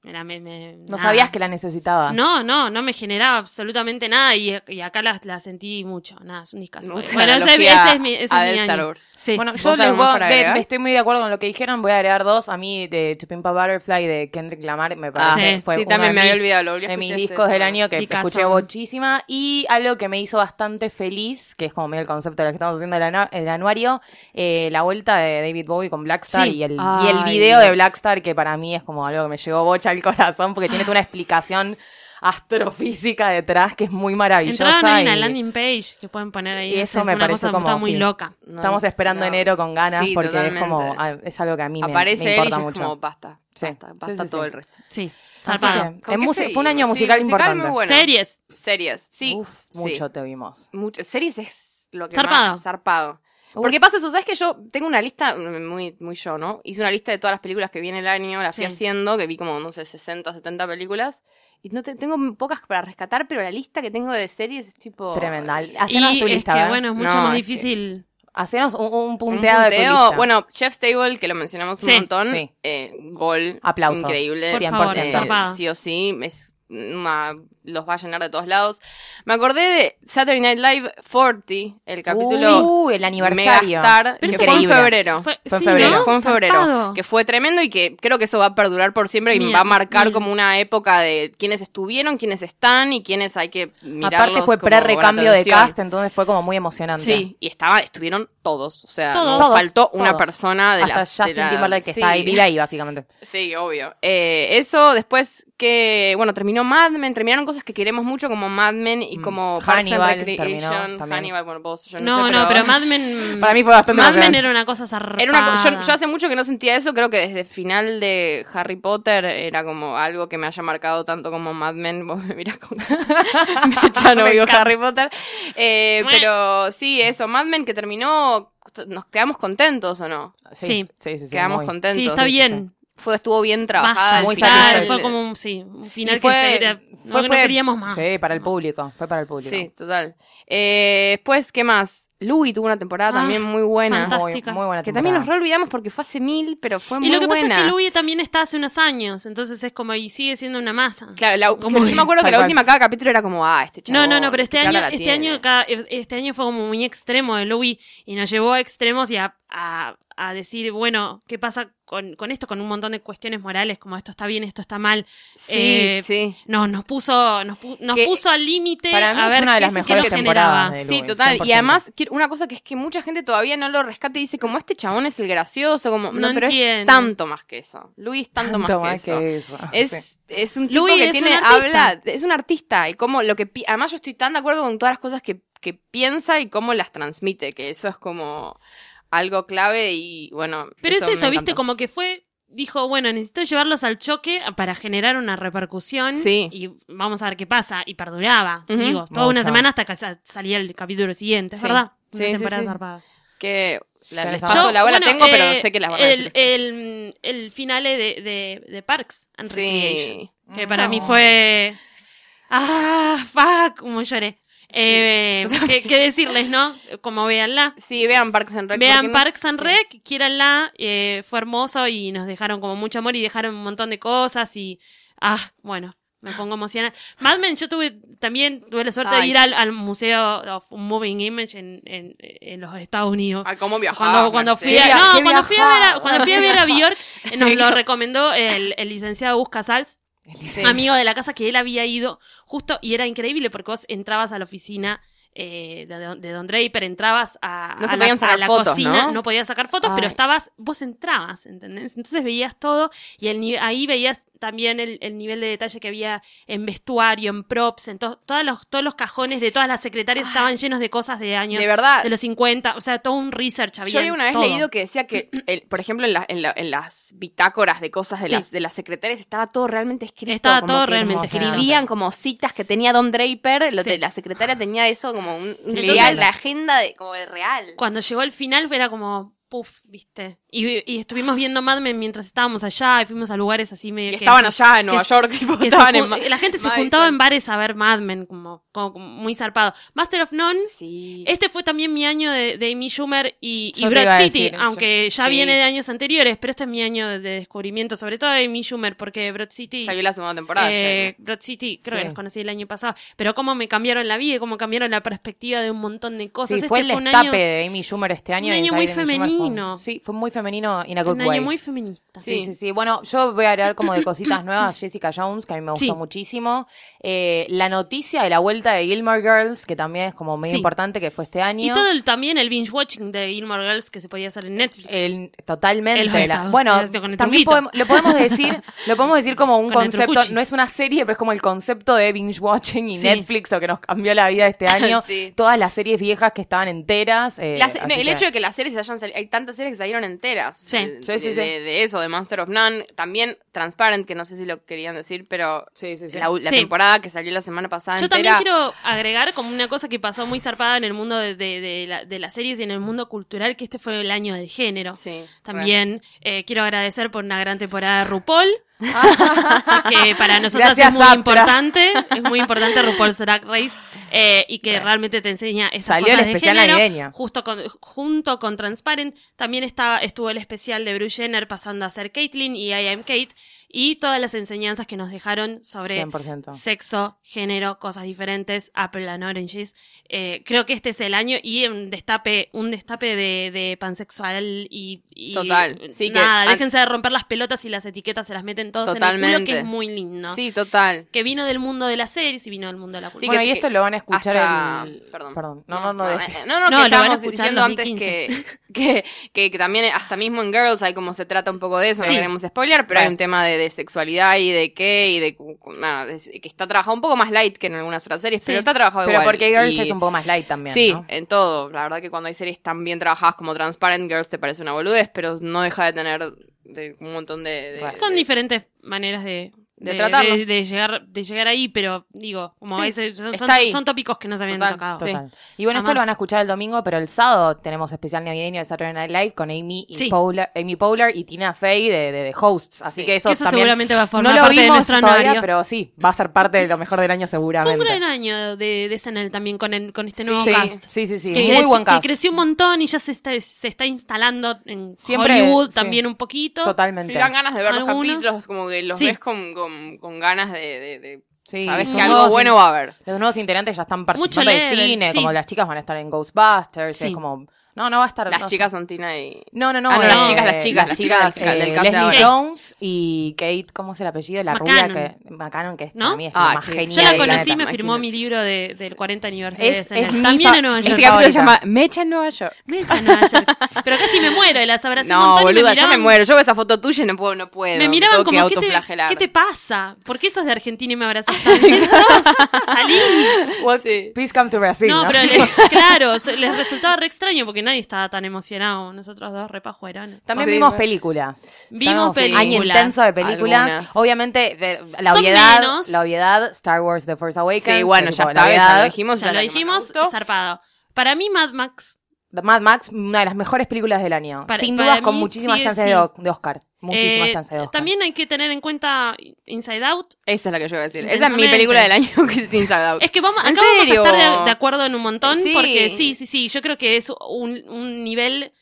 D: Era, me- me-
E: no
D: nada.
E: sabías que la necesitabas.
D: No, no, no me generaba absolutamente nada y, y acá la, la sentí mucho. Nada, es un discazo.
F: Me gusta
D: Bueno,
F: la
D: ese,
F: analogía
D: ese es mi, ese es mi
F: Adele
D: año.
F: Star Wars.
D: Sí.
E: Bueno,
F: ¿Vos
E: yo les
F: algo más
E: voy-
F: para
E: de-
F: agregar?
E: estoy muy de acuerdo con lo que dijeron. Voy a agregar dos. A mí, de To Pimp a Butterfly de Kendrick Lamar Ah, me parece.
D: Ah, sí,
E: fue
F: sí,
E: uno
F: también
E: de
F: me había
E: mis-
F: olvidado, lo volví a
E: De mis
F: escuchar este
E: discos del
F: semana.
E: año que
D: Discazo.
E: escuché muchísima. Y algo que me hizo bastante feliz, que es como medio el concepto de lo que estamos haciendo en el anu- el anuario, eh, la vuelta de David Bowie con Blackstar
D: Sí.
E: y, el,
F: Ay,
E: y el video de
F: Dios.
E: Blackstar, que para mí es como algo que me llegó bocha al corazón porque tiene toda una explicación (laughs) astrofísica detrás que es muy maravillosa.
D: Entraron hay una
E: y-
D: landing page que pueden poner ahí.
E: y
D: Esa
E: eso
D: es
E: me
D: una
E: pareció
D: cosa
E: como
D: está muy
E: sí.
D: loca.
F: No,
E: Estamos esperando
F: no,
E: enero con ganas
F: sí,
E: porque
F: totalmente.
E: es como ah, es algo que a mí me,
F: Aparece
E: me
F: él y
E: importa
F: ya es
E: mucho.
F: como basta,
E: Sí.
F: basta,
E: Sí,
F: basta
E: sí,
F: todo
E: sí.
F: el resto.
D: Sí,
E: Así
D: zarpado.
E: que,
F: ¿Con
E: en
F: qué
E: mus- fue un año
F: seguimos? Sí,
E: musical
F: musical muy
E: importante.
F: bueno.
D: Series.
F: Series, sí.
E: Uf,
F: sí.
E: mucho te vimos.
F: Mucho- Series es lo que
D: Zarpado.
F: más zarpado.
E: Uh.
F: Porque pasa eso, ¿sabes que yo tengo una lista, mm, muy, muy yo, ¿no? Hice una lista de todas las películas que vi en el año, las fui
D: Sí.
F: haciendo, que vi como, no sé, 60, 70 películas. Y no te- tengo pocas para rescatar, pero la lista que tengo de series es
E: Oh,
F: tipo...
E: Tremenda. Hacenos
D: Y
E: tu
D: es
E: lista.
D: que,
E: ¿eh?
D: bueno, es mucho
F: No,
D: más
F: es
D: difícil.
E: Hacenos un, un
F: Un
E: punteado de tu
F: punteo.
E: lista.
F: Bueno, Chef's Table, que lo mencionamos un
D: Sí.
F: montón.
E: Sí.
F: eh, gol.
E: Aplausos.
F: Increíble.
D: Por 100%. favor,
F: Eh,
D: zarpado.
F: sí o sí. Es una- los va a llenar de todos lados. Me acordé de Saturday Night Live 40, el capítulo.
E: Uh, el aniversario.
F: Megastar,
D: Pero
F: que
D: eso
F: fue en
D: increíble.
F: febrero.
D: Fue,
E: Fue en
D: sí,
E: febrero.
D: ¿no?
F: Fue en febrero.
D: Zarpado.
F: Que fue tremendo y que creo que eso va a perdurar por siempre y
D: Mil,
F: va a marcar
D: mil.
F: como una época de quienes estuvieron, quienes están y quienes hay que mirarlos
E: Aparte fue
F: como con
E: pre-recambio de
F: atención.
E: cast, entonces fue como muy emocionante.
F: Sí, y estaba, estuvieron todos. O sea,
D: Todos.
F: no
E: Todos,
F: faltó una
E: todos.
F: persona de
E: Hasta
F: las. de
E: Justin
F: la-
E: Timberlake que
F: sí.
E: está ahí viva ahí, básicamente.
F: Sí, obvio. Eh, eso después que, bueno, terminó Mad Men, terminaron cosas que queremos mucho como Mad Men y como Parks and
E: Mm, Hannibal
F: Recreation,
E: terminó también.
F: Hannibal, bueno, vos, yo no,
D: No,
F: sé, (laughs)
D: no, pero Mad Men.
E: (laughs) Para mí fue bastante
D: Mad Men
E: emocionante.
D: era una cosa zarpada.
F: Era una, co- yo, yo hace mucho que no sentía eso, creo que desde el final de Harry Potter era como algo que me haya marcado tanto como Mad Men. (laughs) Vos me mirás como... ya
D: (laughs)
F: no
E: Me
F: vio
E: encanta.
F: Harry Potter. Eh,
D: Mua.
F: pero sí, eso, Mad Men que terminó, nos quedamos contentos o no?
D: Sí.
E: sí, sí, sí,
F: quedamos
E: muy.
F: contentos.
D: Sí, está bien.
F: Fue, estuvo bien trabajada.
D: Basta,
F: al
E: muy
F: final.
E: satisfactorio.
D: Fue como un, sí, un final
F: Y fue-
D: que era- no,
F: fue-
D: no
F: fue-
D: queríamos más.
E: Sí, para el público. Fue para el público. (laughs)
F: Sí, total. Eh, después, ¿qué más? Louis tuvo una temporada
D: Ah,
F: también muy buena.
D: fantástica.
E: Muy, muy buena
F: Que también
E: temporada.
F: nos re olvidamos porque fue hace mil, pero fue muy
D: Y lo que
F: buena.
D: pasa es que Louis también está hace unos años, entonces es como, y sigue siendo una masa.
F: Claro, la-
D: Como
F: yo me acuerdo que
E: Tal
F: la
E: cual.
F: última cada capítulo era como, ah, este
D: No,
F: chabón,
D: no, no, pero este
F: qué
D: año,
F: cara la
D: este
F: tiene.
D: año, cada- este año fue como muy extremo de Louis y nos llevó a extremos y a, a- a decir, bueno, ¿qué pasa con, con esto? Con un montón de cuestiones morales, como esto está bien, esto está mal.
F: Sí,
D: Eh,
F: sí.
D: No, nos puso, nos, pu- nos
F: Que-
D: puso al límite.
E: Para mí
D: a
E: es
D: ver
E: una de
D: qué
E: las
D: se- qué
E: mejores
D: nos
E: temporadas
D: generaba.
E: de
F: ah, Sí,
E: Louis,
F: total. Y
E: 100%.
F: además, quiero- una cosa que es que mucha gente todavía no lo rescata y dice, como este chabón es el gracioso, como, no,
D: No
F: pero es
D: entiendo.
F: tanto más que eso. Luis, tanto, más, que eso. Es,
E: Sí.
F: es un
D: Louis
F: tipo que
D: es
F: tiene,
D: un artista.
F: habla, es un artista y como lo que, pi- además yo estoy tan de acuerdo con todas las cosas que, que piensa y cómo las transmite, que eso es como algo clave y bueno.
D: Pero es
F: me
D: eso, viste,
F: encanta.
D: como que fue dijo, bueno, necesito llevarlos al choque para generar una repercusión
F: Sí.
D: y vamos a ver qué pasa. Y perduraba,
F: Ujú.
D: digo, toda una
E: Mucho.
D: semana hasta que sa- salía el capítulo siguiente, es
F: Sí.
D: verdad. Una
F: Sí, sí,
D: temporada
F: sí.
D: zarpada.
F: Que la,
E: Yo-
F: les paso la bola
D: bueno,
F: tengo, pero
D: eh,
F: sé que las van a
D: el,
F: decir.
D: el, el finale de, de, de Parks and Recreation,
F: Sí.
D: que para
E: No.
D: mí fue... Ah, fuck, como lloré. Eh, ¿qué, qué decirles, no? Como véanla.
F: Sí, vean Parks and Rec. porque
D: Vean
F: no-
D: Parks and
F: sí.
D: Rec, quiéranla, eh, fue hermoso y nos dejaron como mucho amor y dejaron un montón de cosas y, ah, bueno, me pongo emocionada. Mad Men, yo tuve, también tuve la suerte de
F: Ay,
D: ir
F: sí.
D: al, al Museo of Moving Image en, en, en los Estados Unidos.
F: Ay, cómo viajaba.
D: Cuando, cuando, fui,
F: Mercedes.
D: a, no,
E: Qué
D: cuando, fui a ver a,
E: viajado.
D: cuando fui a ver
F: (laughs)
D: a Bjork, eh, nos lo recomendó el, el licenciado Gus Casals,
F: Sí.
D: amigo de la casa que él había ido justo y era increíble porque vos entrabas a la oficina eh, de, Don- de Don Draper, entrabas a,
F: No se
D: a la,
F: podían sacar
D: a la
F: fotos,
D: cocina,
F: ¿no?
D: podías sacar fotos, pero
F: Ay.
D: estabas, vos entrabas, ¿entendés? Entonces veías todo y el nive- ahí veías también el, el nivel de detalle que había en vestuario, en props, en to- todos, los, todos los cajones de todas las secretarias estaban llenos de cosas de años,
F: De verdad.
D: de los 50, o sea, todo un research había.
F: Yo había una vez
D: todo.
F: leído que decía que, el- por ejemplo, en, la- en la- en las bitácoras de cosas de,
D: Sí.
F: las, de las secretarias estaba todo realmente escrito.
D: Estaba
F: como
D: todo
F: que
D: realmente
E: escrito.
F: Escribían como citas que tenía Don Draper, lo
D: Sí.
F: te- la secretaria tenía eso como un, un
D: Entonces-
F: legal, la agenda de, como de real.
D: cuando llegó el final era como, puff, viste. Y, y estuvimos viendo Mad Men mientras estábamos allá y fuimos a lugares así medio.
F: Y
D: que-
F: estaban allá en Nueva
D: que-
F: York, (laughs) tipo,
D: que se
F: estaban
D: ju-
F: en Ma-
D: la gente se
F: Madison.
D: juntaba en bares a ver Mad Men, como, como- como muy zarpado. Master of None.
F: Sí.
D: Este fue también mi año de, de Amy Schumer y, y
E: Yo te
D: Broad
E: iba a
D: City,
E: decir eso.
D: aunque ya
F: Sí.
D: viene de años anteriores, pero este es mi año de descubrimiento, sobre todo de Amy Schumer, porque Broad City...
F: Salió la segunda temporada.
D: Eh,
F: che.
D: Broad City, creo
E: Sí.
D: que los conocí el año pasado. Pero cómo me cambiaron la vida y cómo cambiaron la perspectiva de un montón de cosas.
E: Sí,
D: Este
E: fue el
D: un
E: destape
D: año,
E: de Amy Schumer este año.
D: un
E: y
D: año
E: Inside
D: muy
E: Amy Schumer fue-
D: femenino.
E: sí, fue muy femenino in a good
D: un año
E: way.
D: muy feminista.
E: Sí,
F: Sí.
E: sí, sí, Bueno, yo voy a hablar como de cositas nuevas. Jessica Jones, que a mí me gustó
D: Sí.
E: muchísimo. Eh, la noticia de la vuelta de Gilmore Girls, que también es como medio
D: Sí.
E: importante, que fue este año.
D: Y todo el, también el binge watching de Gilmore Girls que se podía hacer en Netflix.
E: El-
D: El
E: totalmente. la-
D: Estados
E: bueno,
D: Unidos con el
E: también
D: truquito.
E: podemos- lo podemos decir, lo podemos decir como un
D: (laughs) Con el
E: concepto,
D: trucuchi.
E: no es una serie, pero es como el concepto de binge watching y
D: Sí.
E: Netflix, lo que nos cambió la vida este
D: (laughs)
E: año.
F: Sí.
E: Todas las series viejas que estaban enteras. eh,
F: La se-
E: así
F: no, el
E: que-
F: hecho de que las series hayan salido, hay tantas series que salieron enteras.
D: Sí.
F: De,
E: Sí, sí,
F: de-
E: sí.
F: de- de eso, de Monster of None. También Transparent, que no sé si lo querían decir, pero
E: Sí, sí, sí.
F: la, la
D: Sí.
F: temporada que salió la semana pasada.
D: Yo
F: entera,
D: también quiero agregar como una cosa que pasó muy zarpada en el mundo de, de- de la- de las series y en el mundo cultural, que este fue el año del género.
F: Sí,
D: También eh, quiero agradecer por una gran temporada de
E: (laughs)
D: RuPaul, que para nosotras
E: Gracias,
D: es muy
E: Aptra.
D: importante, es muy importante RuPaul's Drag Race eh, y que realmente te enseña esas
E: Salió
D: cosas
E: el
D: de
E: especial
D: género.
E: navideño.
D: Justo con, junto con Transparent también estaba estuvo el especial de Bruce Jenner pasando a ser Caitlyn y I Am Kate y todas las enseñanzas que nos dejaron sobre
E: 100%.
D: sexo, género, cosas diferentes, Apple and Oranges. Eh, creo que este es el año y un destape, un destape de, de pansexual y, y
F: Total, sí, que
D: nada,
F: an-
D: déjense de romper las pelotas y las etiquetas se las meten todos en el culo, que
F: Totalmente.
D: es muy lindo.
F: Sí, total.
D: Que vino del mundo de las series y vino del mundo de la
F: Sí,
D: cultura.
E: bueno,
F: que-
E: y esto lo van a escuchar
F: hasta-
E: el...
F: Perdón.
E: No, no, no.
F: eh,
E: decí-
F: no,
D: No,
F: no, que
D: lo van a
F: estábamos
D: escuchar
F: diciendo
D: en
F: antes
D: 2015.
E: (laughs)
F: que, que, (laughs) que, que también hasta mismo en Girls hay como se trata un poco de eso,
D: Sí.
F: no queremos spoiler, pero hay
E: Bueno.
F: un tema de, de sexualidad y de qué y de cu- cu- nada, de- que está trabajado un poco más light que en algunas otras series,
D: Sí.
F: pero está trabajado
E: Pero
F: igual.
E: porque Girls
F: y-
E: es un poco más light también,
F: Sí,
E: ¿no?
F: en todo. La verdad que cuando hay series tan bien trabajadas como Transparent Girls te parece una boludez, pero no deja de tener de- un montón de... de-
E: Bueno.
D: Son
F: de-
D: diferentes maneras de,
F: De tratarlo.
D: de- de llegar, de llegar ahí, pero digo, como
F: Sí,
D: a veces son,
F: está
D: son-
F: ahí.
D: son tópicos que no se habían
F: Total,
D: tocado.
F: sí.
E: Total. Y bueno, esto
D: Jamás.
E: lo van a escuchar el domingo, pero el sábado tenemos especial navideño de Saturday Night Live con Amy, y
D: Sí.
E: Powler, Amy Powler y Tina Fey de, de- de hosts. Así
F: Sí.
E: que eso,
D: Que eso
E: también-
D: seguramente va a formar
E: No lo
D: parte de
E: vimos
D: nuestro
E: todavía,
D: anuario.
E: pero sí, va a ser parte de lo mejor del año
D: Fue un
E: seguramente.
D: gran año de, de SNL también con, el- con este nuevo
E: sí,
D: cast.
E: sí, sí, sí,
D: Que
E: muy
D: creció-
E: buen cast.
D: Que creció un montón y ya se está, se está instalando en
E: Siempre,
D: Hollywood
E: sí.
D: también un poquito.
F: Y
E: Totalmente.
F: dan ganas de ver
D: Algunos.
F: los capítulos, como que los
D: Sí.
F: ves con, con, con ganas de... de- de-
E: Sí,
F: Sabes
E: son
F: que algo
E: nuevos
F: bueno
E: in-
F: va a haber.
E: Los nuevos integrantes ya están participando
D: Mucho
E: de
D: level,
E: cine,
D: sí.
E: como las chicas van a estar en Ghostbusters,
D: Sí.
E: es como... No, no va a estar...
F: Las
E: no-
F: chicas son Tina y...
E: No, no, no.
F: Ah, no, las
E: eh,
F: chicas, las chicas, las chicas del ca- del
E: eh,
F: cast de
E: Leslie
F: ahora.
E: Jones y Kate, ¿cómo es el apellido? La
D: McCannon.
E: rubia que. Macanon, que es,
D: ¿No?
E: para mí es
F: Ah,
E: la más
F: sí.
E: genial.
D: Yo la
F: de la
D: conocí,
F: neta,
D: me firmó
F: máquina.
D: mi libro de- del 40 aniversario
E: Es-
D: de SNL.
E: es mi
D: también
E: fa-
D: en Nueva
E: mi
F: Este
D: York.
F: capítulo se
E: favorita.
F: llama Mecha en Nueva York.
D: Me hizo en Nueva York. Pero casi me muero y las abracé un
F: No,
D: montón y
F: boluda,
D: me
F: yo
D: miraban,
F: me muero. Yo veo esa foto tuya y no puedo, no puedo.
D: Me miraban
F: Tengo que
D: como, ¿qué te,
F: autoflagelar.
D: ¿qué te pasa? ¿Por qué sos de Argentina y me abrazás? ¿Quién sos? Salí.
E: What- Please come to Brazil.
D: no,
E: ¿no?
D: pero
E: (laughs)
D: les- claro, se- les resultaba re extraño porque nadie estaba tan emocionado. Nosotros dos repajueranos.
E: También
F: Sí,
E: vimos
F: re-
E: películas.
D: Vimos
E: Estamos- Año
D: películas,
E: intenso de películas.
F: algunas.
E: Obviamente, de- la
D: Son
E: obviedad.
D: menos.
E: La obviedad, Star Wars The Force Awakens.
F: Sí, bueno,
E: pero
F: ya
E: tipo, la
F: está, ya lo
E: obviedad.
F: dijimos.
D: ya lo
F: la que más me
D: dijimos,
F: gustó.
D: zarpado. Para mí Mad Max,
E: The Mad Max, una de las mejores películas del año.
D: Para-
E: Sin
D: para
E: dudas, con
D: mí
E: muchísimas
D: sí,
E: chances
D: sí.
E: de, o- de Oscar. Muchísimas
D: eh,
E: chances de Oscar.
D: también hay que tener en cuenta Inside Out.
F: Esa es la que yo iba a decir. Esa es mi
D: Intensamente.
F: película del año que es Inside Out.
D: Es que vamos,
F: ¿En
D: acá vamos a
F: serio?
D: estar de, de acuerdo en un montón,
F: Sí.
D: porque sí, sí, sí, yo creo que es un, un nivel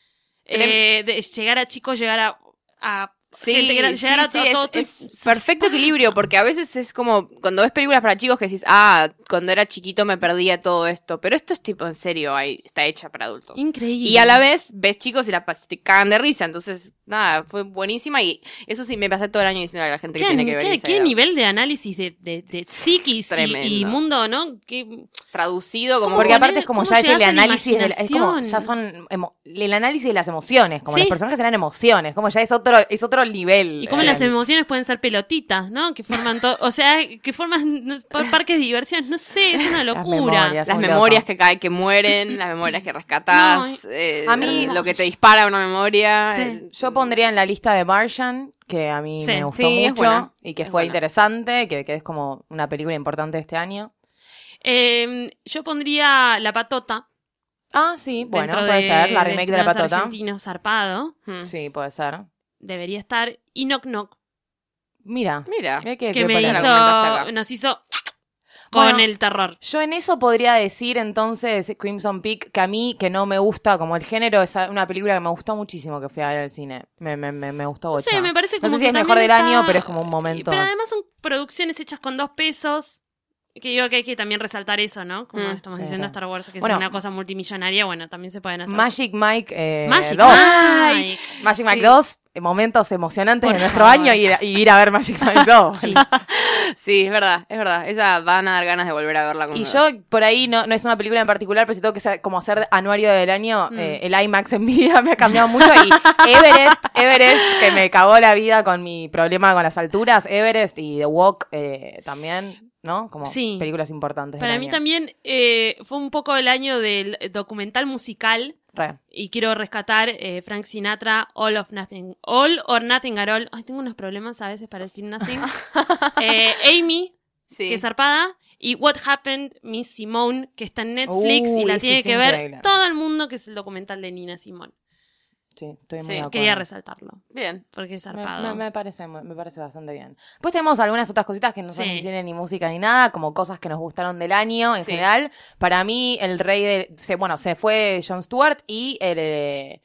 D: eh, de llegar a chicos, llegar a... a gente que era- llegar a
F: sí,
D: to-
F: es-
D: todo tu- Ah.
F: es, perfecto equilibrio, porque a veces es como cuando ves películas para chicos que decís, ah, cuando era chiquito me perdía todo esto, pero esto es tipo en serio, ahí está hecha para adultos.
D: Increíble.
F: Y a la vez ves chicos y la pas- te cagan de risa, entonces nada, fue buenísima y eso sí me pasé todo el año diciendo a la gente
D: ¿Qué,
F: que tiene que ver.
D: qué-
F: Inside
D: qué
F: Out.
D: nivel de análisis de, de, de psiquis y- y,
F: Tremendo.
D: mundo, no? Qué-
F: Traducido como
E: Porque
D: ¿Cómo
E: aparte
D: ponés-
E: es como
D: cómo
E: ya es el
D: llegás a la
E: análisis, del- es como ya son emo- el análisis de las emociones, como
D: Sí.
E: los personajes eran emociones, como ya es otro es otro nivel. Eh,
D: Y cómo
E: Sí.
D: las em-? emociones pueden ser pelotitas, ¿no? Que forman todo, o sea, que forman (laughs) no, pa- parques de diversión, no sé, es una locura.
E: memorias.
F: (laughs) las
E: Muy
F: memorias
E: loco.
F: que caen, que mueren, las memorias que rescatás,
D: No,
F: eh,
E: a mí-
F: lo que te dispara una memoria. eh,
D: Sí.
F: el-
E: Yo pondría en la lista de Martian, que a mí
D: Sí,
E: me gustó
F: sí, es buena,
E: mucho y que
F: es
E: fue
F: buena.
E: interesante, que, que es como una película importante este año.
D: Eh, yo pondría la patota.
E: Ah, sí, bueno,
D: dentro
E: puede
D: de-
E: ser, la
D: de
E: remake de la
D: estrenos
E: patota.
D: argentino zarpado.
F: Hmm.
E: Sí, puede ser.
D: Debería estar. Y Knock Knock,
E: Mira,
F: Mira.
E: mirá qué-
D: que
E: qué
D: me
E: pasa.
F: la comentaste
D: hizo,
F: acá.
D: nos hizo con
E: Bueno.
D: el terror.
E: Yo en eso podría decir entonces Crimson Peak, que a mí, que no me gusta como el género, es una película que me gustó muchísimo que fui a ver al cine. Me, me, me, me gustó
D: No
E: bocha.
D: sé, me parece como
E: No sé si
D: que
E: es mejor del
D: también
E: año,
D: está-
E: pero es como un momento.
D: Pero además son producciones hechas con dos pesos. Que digo que hay que también resaltar eso, ¿no? Como
F: Mm,
D: estamos
E: sí,
D: diciendo
E: claro.
D: Star Wars, que
E: Bueno.
D: es una cosa multimillonaria, bueno, también se pueden hacer.
E: Magic Mike eh,
D: Magic
E: 2.
D: Mike.
E: Magic Mike
F: Sí.
E: 2, eh, momentos emocionantes
D: Por
E: de nuestro
D: favor.
E: año y ir, a, y ir a ver Magic Mike 2. (laughs)
D: Sí.
F: Sí, es verdad, es verdad. Esa van a dar ganas de volver a verla con
E: Y yo por ahí no, no es una película en particular, pero si tengo que sa- como hacer anuario del año,
D: Mm.
E: eh, el IMAX en (laughs) mi vida me ha cambiado mucho y Everest, Everest, que me cagó la vida con mi problema con las alturas, Everest y The Walk eh, también, ¿no? Como
D: Sí.
E: películas importantes. del
D: Para mí
E: año.
D: también eh, fue un poco el año del documental musical.
E: Re.
D: Y quiero rescatar eh, Frank Sinatra, All of Nothing. All or Nothing at All. Ay, tengo unos problemas a veces para decir nothing.
E: (laughs)
D: Eh, Amy,
F: Sí.
D: que es zarpada. Y What Happened, Miss Simone, que está en Netflix y
E: Uy,
D: la
E: ese
D: tiene
E: es
D: que ver
E: increíble.
D: todo el mundo, que es el documental de Nina Simone.
E: Sí, estoy muy
F: Sí,
E: de acuerdo.
D: Quería resaltarlo,
F: Bien.
D: porque es
E: Me-
D: zarpado.
E: Me, me parece, mu- me parece bastante bien. Después tenemos algunas otras cositas que no son
D: Sí.
E: ni cine ni música ni nada, como cosas que nos gustaron del año en
F: Sí.
E: general. Para mí, el rey de. Se, bueno, se fue Jon Stewart y el, eh,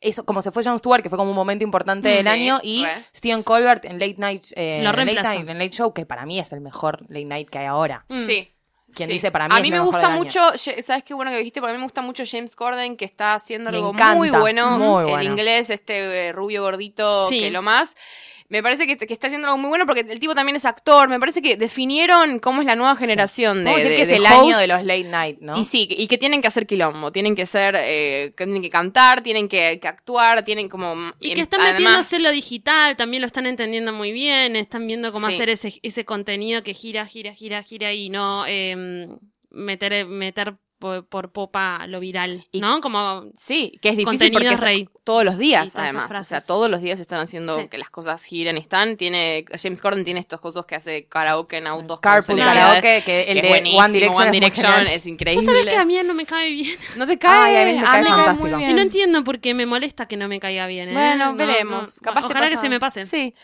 E: eso, como se fue Jon Stewart, que fue como un momento importante del
F: Sí,
E: año, y
F: re.
E: Steven Colbert en Late Night, eh,
D: Lo
E: en late,
D: reemplazó.
E: night en late Show, que para mí es el mejor Late Night que hay ahora.
F: Sí.
E: Mm. Quien
F: Sí.
E: dice para mí
F: A
E: es
F: mí
E: lo
F: me
E: mejor
F: gusta
E: del año.
F: mucho, ye- ¿sabes qué bueno que dijiste? Porque a mí me gusta mucho James Corden, que está haciendo
E: Me
F: algo
E: encanta,
F: muy bueno
E: muy
F: en
E: bueno.
F: inglés, este eh, rubio gordito
D: Sí.
F: que lo más. Me parece que, que está haciendo algo muy bueno porque el tipo también es actor. Me parece que definieron cómo es la nueva generación de,
E: Podemos decir
F: de-
E: que es
F: de
E: el año
F: hosts.
E: de los Late Night, ¿no?
F: Y sí, y que tienen que hacer quilombo, tienen que ser, eh, que tienen que cantar, tienen que, que actuar, tienen como...
D: Y
F: em,
D: que están
F: además-
D: metiéndose en lo digital, también lo están entendiendo muy bien, están viendo cómo
F: Sí.
D: hacer ese, ese contenido que gira, gira, gira, gira y no eh, meter, meter por, por popa lo viral,
F: Y-
D: ¿no? Como
F: Sí, que es difícil
D: Contenido
F: porque
D: es rey.
F: es todos los
D: Y todas
F: días,
D: esas
F: además. O sea,
D: frases.
F: todos los días están haciendo
D: Sí.
F: que las cosas giren y están. Tiene, James Corden tiene estos cosas que hace karaoke en autos. con
E: Carpool
F: celebridades,
E: Karaoke, que el
F: es
E: de
F: buenísimo.
E: One Direction es muy genial.
F: es increíble.
D: ¿Vos sabés que a mí no me cae bien? (laughs)
F: No te
E: Ay,
F: cae,
E: a mí me
F: Ah,
E: cae
F: muy
E: fantástico.
F: bien.
D: Y no entiendo por qué me molesta que no me caiga bien, ¿eh?
F: Bueno,
D: No,
F: veremos.
D: no.
F: Capaz te
D: Ojalá que
F: pasa.
D: se me pase.
F: Sí,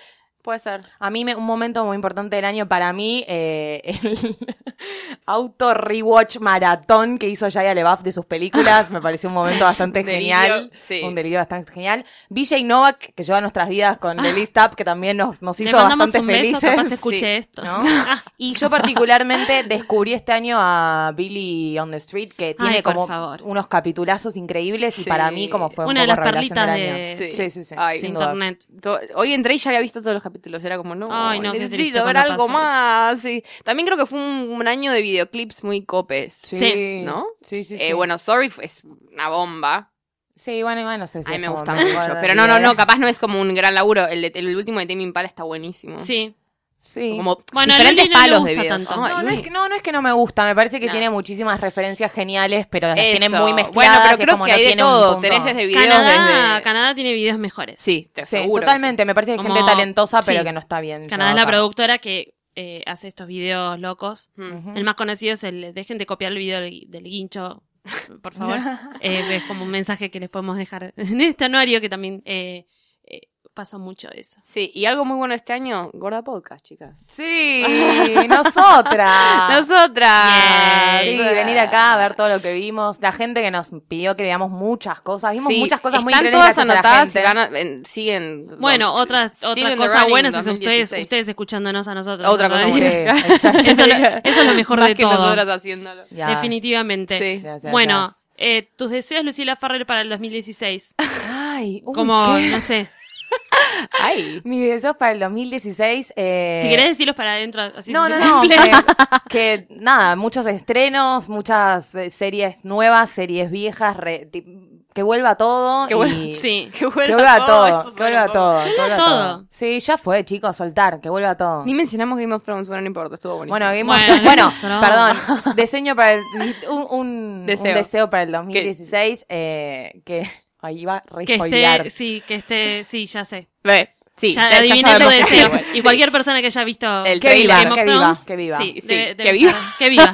F: puede ser.
E: A mí me- un momento muy importante del año para mí, eh, el (laughs) auto rewatch maratón que hizo Shia LeBaf de sus películas, me pareció un
D: (laughs)
E: momento bastante
F: Delirio,
E: genial,
F: sí.
E: un delirio bastante genial. VJ Novak, que lleva nuestras vidas con The List Up, que también nos, nos
D: Ah. Le
E: hizo
D: mandamos
E: bastante
D: un beso,
E: felices.
D: capaz escuche
E: Sí.
D: esto. (laughs) Ah,
E: ¿no? Y yo particularmente descubrí este año a Billy on the Street, que tiene
D: Ay, por
E: como
D: favor.
E: unos capitulazos increíbles y
F: Sí.
E: para mí como fue un
D: Una de
E: poco
D: las
E: revelación
D: perlitas
E: del
D: de-
E: año. Sí, sí, sí,
F: Ay,
E: sin dudas.
D: Internet.
F: To- Hoy entré y ya había visto todos los capítulos. Era como, no,
D: Ay, no, qué triste
F: necesito ver
D: cuando
F: algo
D: pasa
F: más. Sí. También creo que fue un, un año de videoclips muy copes.
D: Sí.
F: ¿No?
E: Sí, sí,
F: Eh,
E: sí.
F: bueno, Sorry fue- es una bomba.
E: Sí, bueno, igual no sé si.
F: A mí
E: es
F: me
E: como
F: gusta
E: mejor
F: mucho.
E: la
F: Pero no, no,
E: vida.
F: no, capaz no es como un gran laburo. El, de- el último de Tame Impala está buenísimo.
D: Sí.
E: Sí.
F: Como
D: Bueno, a
F: diferentes
D: Luli no le
F: palos de
D: gusta
F: videos.
D: tanto.
F: Ay,
E: No, no
F: Luli.
E: es, que, no, no es que no me gusta, me parece que
F: No.
E: tiene muchísimas referencias geniales, pero las tiene
F: Eso.
E: muy mezcladas.
F: Bueno, pero
E: es
F: creo
E: como
F: que
E: no
F: hay de
E: tiene un
F: todo.
E: punto.
F: Tenés desde videos
D: Canadá,
F: desde...
D: Canadá tiene videos mejores.
F: Sí, te
E: Sí,
F: aseguro. que
E: totalmente, me parece que hay
D: Como-
E: gente talentosa, pero
D: sí.
E: que no está bien.
D: Canadá es la
E: llevada.
D: productora que eh, hace estos videos locos.
F: sí. Mm.
E: Ujú.
D: El más conocido es el dejen de copiar el video del, del guincho, por favor.
E: (laughs)
D: Eh, es como un mensaje que les podemos dejar en este anuario que también eh, eh, pasó mucho eso.
F: Sí, y algo muy bueno este año, Gorda Podcast, chicas.
E: Sí,
F: (laughs)
D: Ah.
E: nosotras.
F: Nosotras.
E: Sí, venir acá a ver todo lo que vimos. La gente que nos pidió que veamos muchas cosas. Vimos
F: Sí,
E: muchas cosas muy
F: están
E: increíbles gracias a
F: todas
E: la
F: anotadas y
E: gente.
F: van a- en- siguen.
D: Bueno,
F: don-
D: otra,
F: still in
D: otra
F: the
D: cosa
F: running
D: buena es ustedes,
F: 2016.
D: ustedes escuchándonos a nosotros.
F: Otra
D: ¿no?
F: cosa
E: Sí,
F: buena.
E: (laughs) exacto.
D: (laughs) Eso, lo- eso es lo mejor
F: Más
D: de
F: que
D: todo.
F: nosotras haciéndolo.
E: Ya.
D: Definitivamente.
F: Sí.
E: Gracias,
D: bueno,
E: gracias.
D: eh, tus deseos, Lucila Farrell, para el 2016.
E: Ay, uy,
D: como,
E: qué-
D: no sé.
F: (laughs) Ay.
E: Mis deseos para el 2016. Eh...
D: Si querés decirlos para adentro, así
E: No,
D: se
E: no, no.
D: cumple. (laughs)
E: Que,
F: eh,
E: que, nada, muchos estrenos, muchas eh, series nuevas, series viejas, re- ti- que vuelva todo.
F: Que vuelva- (laughs)
E: y-
D: Sí.
F: Que
E: Que vuelva todo,
F: eso
E: que vuelva
F: suena
E: todo, que vuelva
D: todo.
E: todo. Sí, ya fue, chicos, soltar, que vuelva todo.
F: como- Ni mencionamos Game of Thrones, bueno, no importa, estuvo buenísimo.
E: Bueno, Game
D: Bueno,
E: of-
D: Game
E: (laughs) bueno,
D: of Thrones.
E: perdón, diseño para el, un, un- un deseo.
F: Deseo.
E: para el 2016 eh, que ahí va a
D: Que
E: spoilear.
D: esté, sí, que esté, sí, ya sé.
F: Ve, sí,
D: ya,
F: ya- ya
D: adiviné tu
F: sabemos que
D: deseo.
F: igual.
D: Y cualquier persona que haya visto
F: El
E: Que viva,
F: Game of
E: que viva, que viva.
D: Sí,
F: Sí,
D: debe-
F: que
D: debe
F: viva.
D: estar- que
F: (laughs)
D: viva.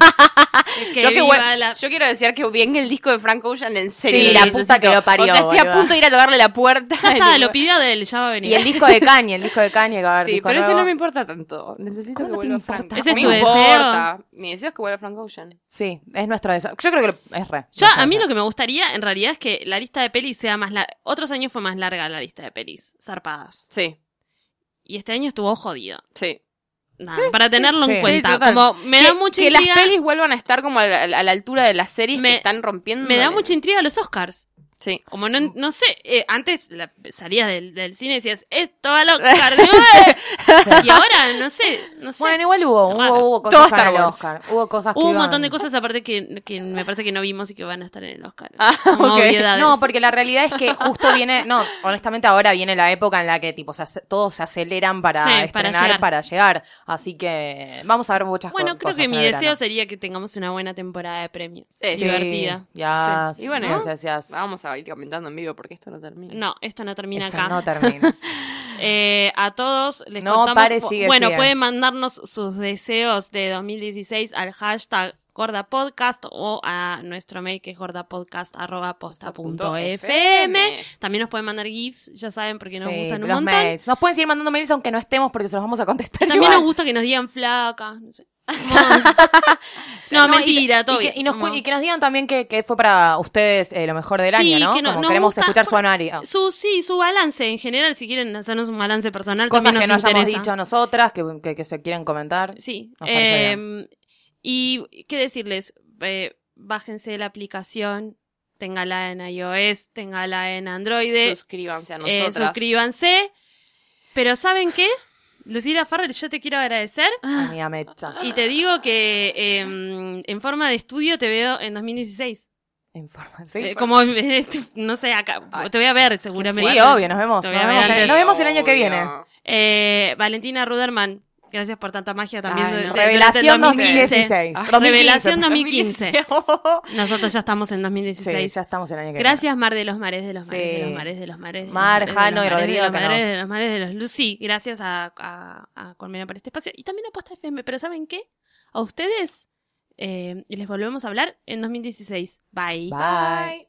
D: Que
F: yo, que
D: viva
F: bueno, (laughs)
D: la-
F: yo quiero decir que bien que el disco de Frank Ocean en serio.
D: Sí, la puta
F: necesito.
E: que lo parió,
F: O sea, estoy a
E: boluda.
F: punto de ir a tocarle la puerta.
D: Ya está, lo pidió de él, ya va a venir.
E: Y el disco de Kanye, el disco de Kanye que va a haber
F: Sí,
E: disco
F: pero ese
E: nuevo.
F: no me importa tanto. Necesito
E: ¿Cómo
F: que
E: no te
F: vuelva
E: importa?
F: Frank.
D: ¿Ese es
F: Me
D: tu
F: importa. Mi deseo es que vuelva Frank Ocean.
E: Sí, es nuestro deseo. Yo creo que lo- es re.
D: Yo,
E: nuestro
D: a mí
E: deseo.
D: lo que me gustaría, en realidad, es que la lista de pelis sea más larga. Otros años fue más larga la lista de pelis, zarpadas.
F: Sí,
D: Y este año estuvo jodido.
F: sí.
D: Nada, para tenerlo
E: sí,
D: en
E: sí,
D: cuenta.
F: total.
D: como me da mucha
F: que
D: intriga.
F: las pelis vuelvan a estar como a la, a la altura de las series
D: Me-
F: que están rompiendo.
D: Me da
F: el-
D: mucha intriga los Oscars.
F: Sí.
D: Como no, no sé, eh, antes la- salías del, del cine y decías, esto va al
E: (laughs)
D: Oscar. de nuevo". y ahora, no sé, no sé.
E: Bueno, igual hubo,
D: Raro.
E: hubo, hubo cosas
F: Todo
E: para
F: Star
E: el
F: Wars.
E: Oscar. Hubo cosas que
D: Hubo un
E: iban-
D: montón de cosas aparte que, que me parece que no vimos y que van a estar en el Oscar.
F: Ah,
D: Como
F: ok.
D: obviedades.
E: No, porque la realidad es que justo viene, no, honestamente ahora viene la época en la que tipo se ace- todos se aceleran para
D: Sí, para
E: estrenar, para
D: llegar.
E: llegar. Así que vamos a ver muchas co-
D: Bueno,
E: cosas.
D: creo que
E: en
D: mi
E: el
D: deseo
E: verano.
D: sería que tengamos una buena temporada de premios.
F: Sí.
D: Divertida.
E: Sí, ya.
F: Sí. Y bueno,
E: yes, yes, yes.
F: Vamos a ir comentando en vivo porque esto no termina.
D: No, esto no termina
E: Esto
D: acá.
E: no
D: (laughs)
E: termina.
D: Eh, a todos les
E: No,
D: contamos.
E: pare, sigue,
D: bueno,
E: sigue.
D: pueden mandarnos sus deseos de 2016 al hashtag gordapodcast o a nuestro mail que es gordapodcast.posta.fm. También nos pueden mandar GIFs, ya saben, porque nos
E: Sí,
D: gustan un
E: los
D: montón.
E: mails. Nos pueden seguir mandando mails aunque no estemos porque se los vamos a contestar.
D: También
E: igual.
D: nos gusta que nos digan flaca. No,
E: (laughs)
D: sé. (laughs) No,
E: No, y-
D: mentira, todo
E: y que,
D: bien.
E: y, nos,
D: Como-
E: cu- y que nos digan también que, que fue para ustedes eh, lo mejor del
D: Sí,
E: año, ¿no?
D: que no-
E: Como
D: nos
E: queremos
D: gusta-
E: escuchar su anuario.
D: su sí su balance en general si quieren hacernos un balance personal
E: Cosas
D: también
E: que no
D: nos
E: hayamos
D: interesa.
E: dicho nosotras, que, que, que se quieren comentar.
D: sí
E: Nos parece
D: eh, y qué decirles Eh, bájense la aplicación téngala en iOS téngala en Android eh,
F: Suscríbanse a nosotras.
D: suscríbanse pero saben qué Lucila Farrell yo te quiero agradecer
E: Amiga Mecha.
D: Ah. y te digo que eh, en forma de estudio te veo en 2016
E: Informa-
D: Eh,
E: sí.
D: como (laughs) no sé acá te voy a ver seguramente
E: Sí, obvio, nos vemos.
D: Te
E: Nos
D: voy a ver
E: vemos,
D: antes.
E: el, nos vemos el año que viene.
F: Obvio.
D: Eh, Valentina Ruderman, gracias por tanta magia también.
F: Ay,
D: de-
F: no.
D: de-
E: Revelación
D: durante el
E: 2016.
D: Ah,
E: 2015.
D: Revelación 2015. Nosotros ya estamos en
E: Sí,
D: 2016.
E: ya estamos el año que viene.
D: Gracias, Mar de los Mares, de los Mares,
E: Sí.
D: de los Mares, de los Mares. de los
E: Mar,
D: mares, de
E: Jano
D: los mares,
E: y
D: de
E: Rodrigo
D: los
E: que
D: mares,
E: nos-
D: de los Mares, de los Lucy. Gracias a, a, a Colmena por este espacio. Y también a Posta FM. Pero ¿saben qué? A ustedes eh, les volvemos a hablar en 2016. Bye.
E: Bye.